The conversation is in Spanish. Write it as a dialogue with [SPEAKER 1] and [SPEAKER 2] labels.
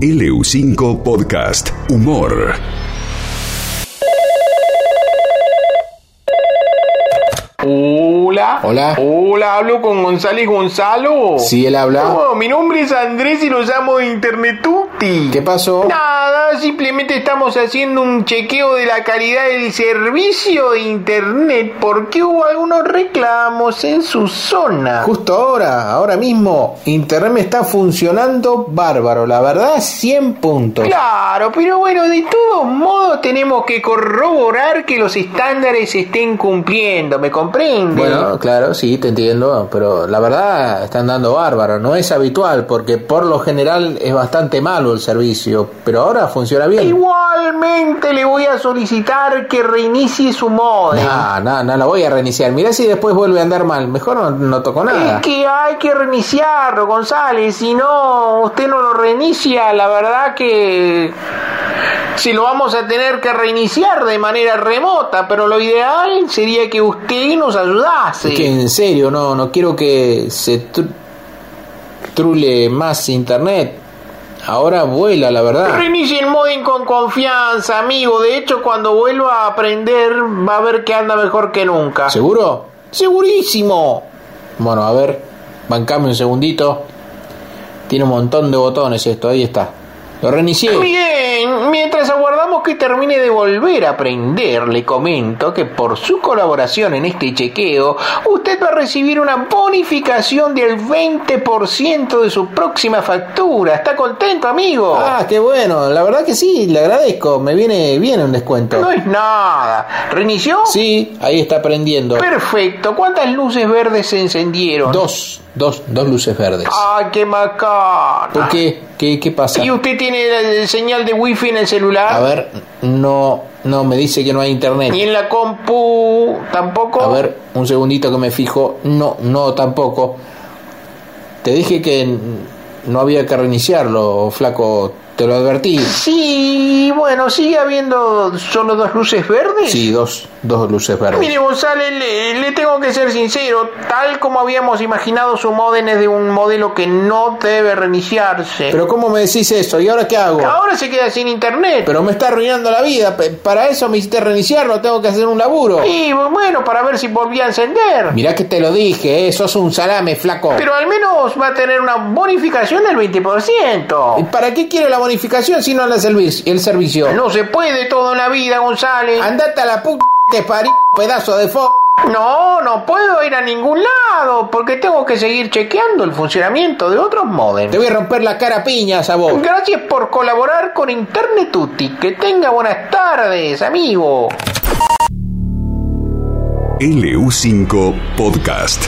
[SPEAKER 1] LU5 Podcast Humor.
[SPEAKER 2] Hola.
[SPEAKER 3] Hola.
[SPEAKER 2] Hola, hablo con González Gonzalo.
[SPEAKER 3] Sí, él habla.
[SPEAKER 2] No, mi nombre es Andrés y los llamo de Internetuti.
[SPEAKER 3] ¿Qué pasó?
[SPEAKER 2] Nada, simplemente estamos haciendo un chequeo de la calidad del servicio de Internet porque hubo algunos reclamos en su zona.
[SPEAKER 3] Justo ahora, ahora mismo, internet me está funcionando bárbaro. La verdad, 100 puntos.
[SPEAKER 2] Claro, pero bueno, de todos modos tenemos que corroborar que los estándares se estén cumpliendo, ¿me comprende?
[SPEAKER 3] Bueno, claro, sí, te entiendo, pero la verdad están dando bárbaro. No es habitual porque por lo general es bastante malo el servicio, pero ahora funciona bien.
[SPEAKER 2] Igualmente le voy a solicitar que reinicie su modem.
[SPEAKER 3] No, no, no la voy a reiniciar. Mirá si después vuelve a andar mal. Mejor no, no toco nada.
[SPEAKER 2] Es que hay que reiniciarlo, González. Si no, usted no lo reinicia, la verdad que... Si lo vamos a tener que reiniciar de manera remota, pero lo ideal sería que usted nos ayudase.
[SPEAKER 3] Que en serio, no, no quiero que se tru- trule más internet. Ahora vuela, la verdad.
[SPEAKER 2] Reinicie el modem con confianza, amigo. De hecho, cuando vuelva a aprender, va a ver que anda mejor que nunca.
[SPEAKER 3] ¿Seguro?
[SPEAKER 2] Segurísimo.
[SPEAKER 3] Bueno, a ver, bancame un segundito. Tiene un montón de botones esto, ahí está. Lo reinicié.
[SPEAKER 2] Bien, mientras aguardamos que termine de volver a aprender, le comento que por su colaboración en este chequeo, usted va a recibir una bonificación del 20% de su próxima factura. ¿Está contento, amigo?
[SPEAKER 3] Ah, qué bueno, la verdad que sí, le agradezco. Me viene bien un descuento.
[SPEAKER 2] no es nada. ¿Reinició?
[SPEAKER 3] Sí, ahí está prendiendo.
[SPEAKER 2] Perfecto. ¿Cuántas luces verdes se encendieron?
[SPEAKER 3] Dos, dos, dos luces verdes.
[SPEAKER 2] ¡Ay, qué macana!
[SPEAKER 3] ¿Por qué? ¿Qué, qué pasa?
[SPEAKER 2] Ah. ¿Y usted tiene la- el señal de wifi en el
[SPEAKER 3] A
[SPEAKER 2] celular?
[SPEAKER 3] ver, no, no, me dice que no hay
[SPEAKER 2] ¿Y
[SPEAKER 3] internet.
[SPEAKER 2] en la compu tampoco?
[SPEAKER 3] A ver, un segundito que me fijo. No, no, tampoco. Te dije que n- no había que reiniciarlo, flaco. Te lo advertí.
[SPEAKER 2] Sí, bueno, sigue habiendo solo dos luces verdes.
[SPEAKER 3] Sí, dos, dos luces verdes.
[SPEAKER 2] Mire, González, le, le tengo que ser sincero. Tal como habíamos imaginado, su modem es de un modelo que no debe reiniciarse.
[SPEAKER 3] Pero ¿cómo me decís eso? ¿Y ahora qué hago?
[SPEAKER 2] Ahora se queda sin internet.
[SPEAKER 3] Pero me está arruinando la vida. Pe- Para eso me hiciste reiniciarlo. Tengo que hacer un laburo.
[SPEAKER 2] Y bueno, para ver si volvía a encender.
[SPEAKER 3] Mirá que te lo dije, eh. Sos un salame, flaco.
[SPEAKER 2] Pero al menos va a tener una bonificación del 20%.
[SPEAKER 3] ¿Y ¿Para qué quiero la bonificación si no la servis- el servicio?
[SPEAKER 2] No se puede todo en la vida, González.
[SPEAKER 3] Andate a la puta que te parí, pedazo de fo...
[SPEAKER 2] No, no puedo ir a ningún lado porque tengo que seguir chequeando el funcionamiento de otros
[SPEAKER 3] Te
[SPEAKER 2] modems.
[SPEAKER 3] voy a romper la cara a piñas a vos.
[SPEAKER 2] Gracias por colaborar con Internetuti. Que tenga buenas tardes, amigo.
[SPEAKER 1] LU5 Podcast.